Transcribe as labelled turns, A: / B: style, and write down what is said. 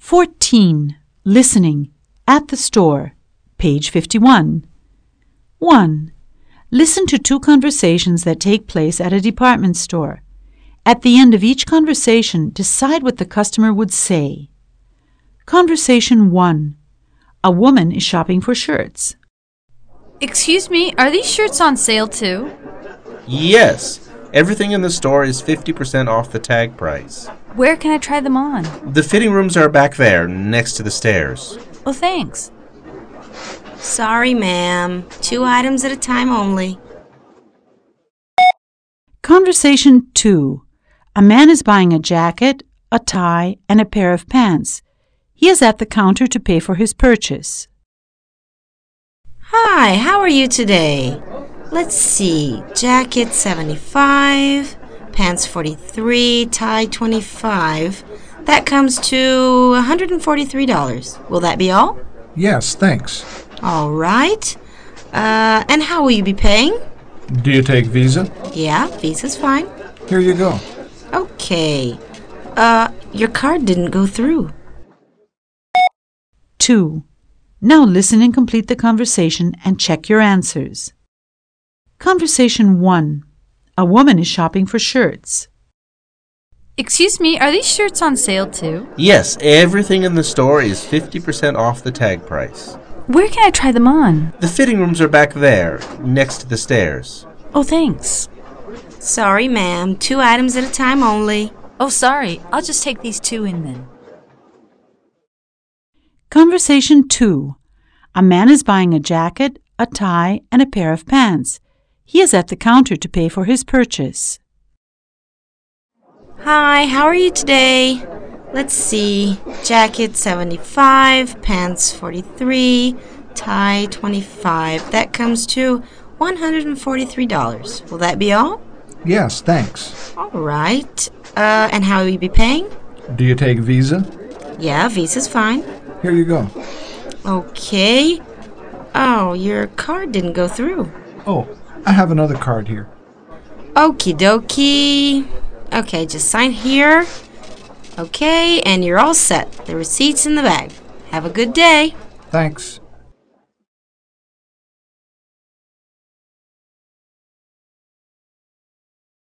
A: 14. Listening. At the store. Page 51. 1. Listen to two conversations that take place at a department store. At the end of each conversation, decide what the customer would say. Conversation 1. A woman is shopping for shirts.
B: Excuse me, are these shirts on sale too?
C: Yes, everything in the store is 50% off the tag price.
B: Where can I try them on?
C: The fitting rooms are back there, next to the stairs.
B: Oh, thanks.
D: Sorry, ma'am. Two items at a time only.
A: Conversation 2. A man is buying a jacket, a tie, and a pair of pants. He is at the counter to pay for his purchase.
D: Hi, how are you today? Let's see. Jacket 75, pants 43, tie 25. That comes to $143. Will that be all?
E: Yes, thanks.
D: All right. Uh, and how will you be paying?
E: Do you take Visa?
D: Yeah, Visa's fine.
E: Here you go.
D: Okay. Uh, your card didn't go through.
A: 2. Now listen and complete the conversation and check your answers. Conversation 1. A woman is shopping for shirts.
B: Excuse me, are these shirts on sale too?
C: Yes, everything in the store is 50% off the tag price.
B: Where can I try them on?
C: The fitting rooms are back there, next to the stairs.
B: Oh, thanks.
D: Sorry, ma'am. Two items at a time only.
B: Oh, sorry. I'll just take these two in then.
A: Conversation 2. A man is buying a jacket, a tie, and a pair of pants. He is at the counter to pay for his purchase.
D: Hi, how are you today? Let's see. Jacket 75, pants 43, tie 25. That comes to $143. Will that be all?
E: Yes, thanks.
D: All right. Uh, and how will you be paying?
E: Do you take Visa?
D: Yeah, Visa's fine.
E: Here you go.
D: Okay. Oh, your card didn't go through.
E: Oh, I have another card here.
D: Okie dokie. Okay, just sign here. Okay, and you're all set. The receipt's in the bag. Have a good day.
E: Thanks.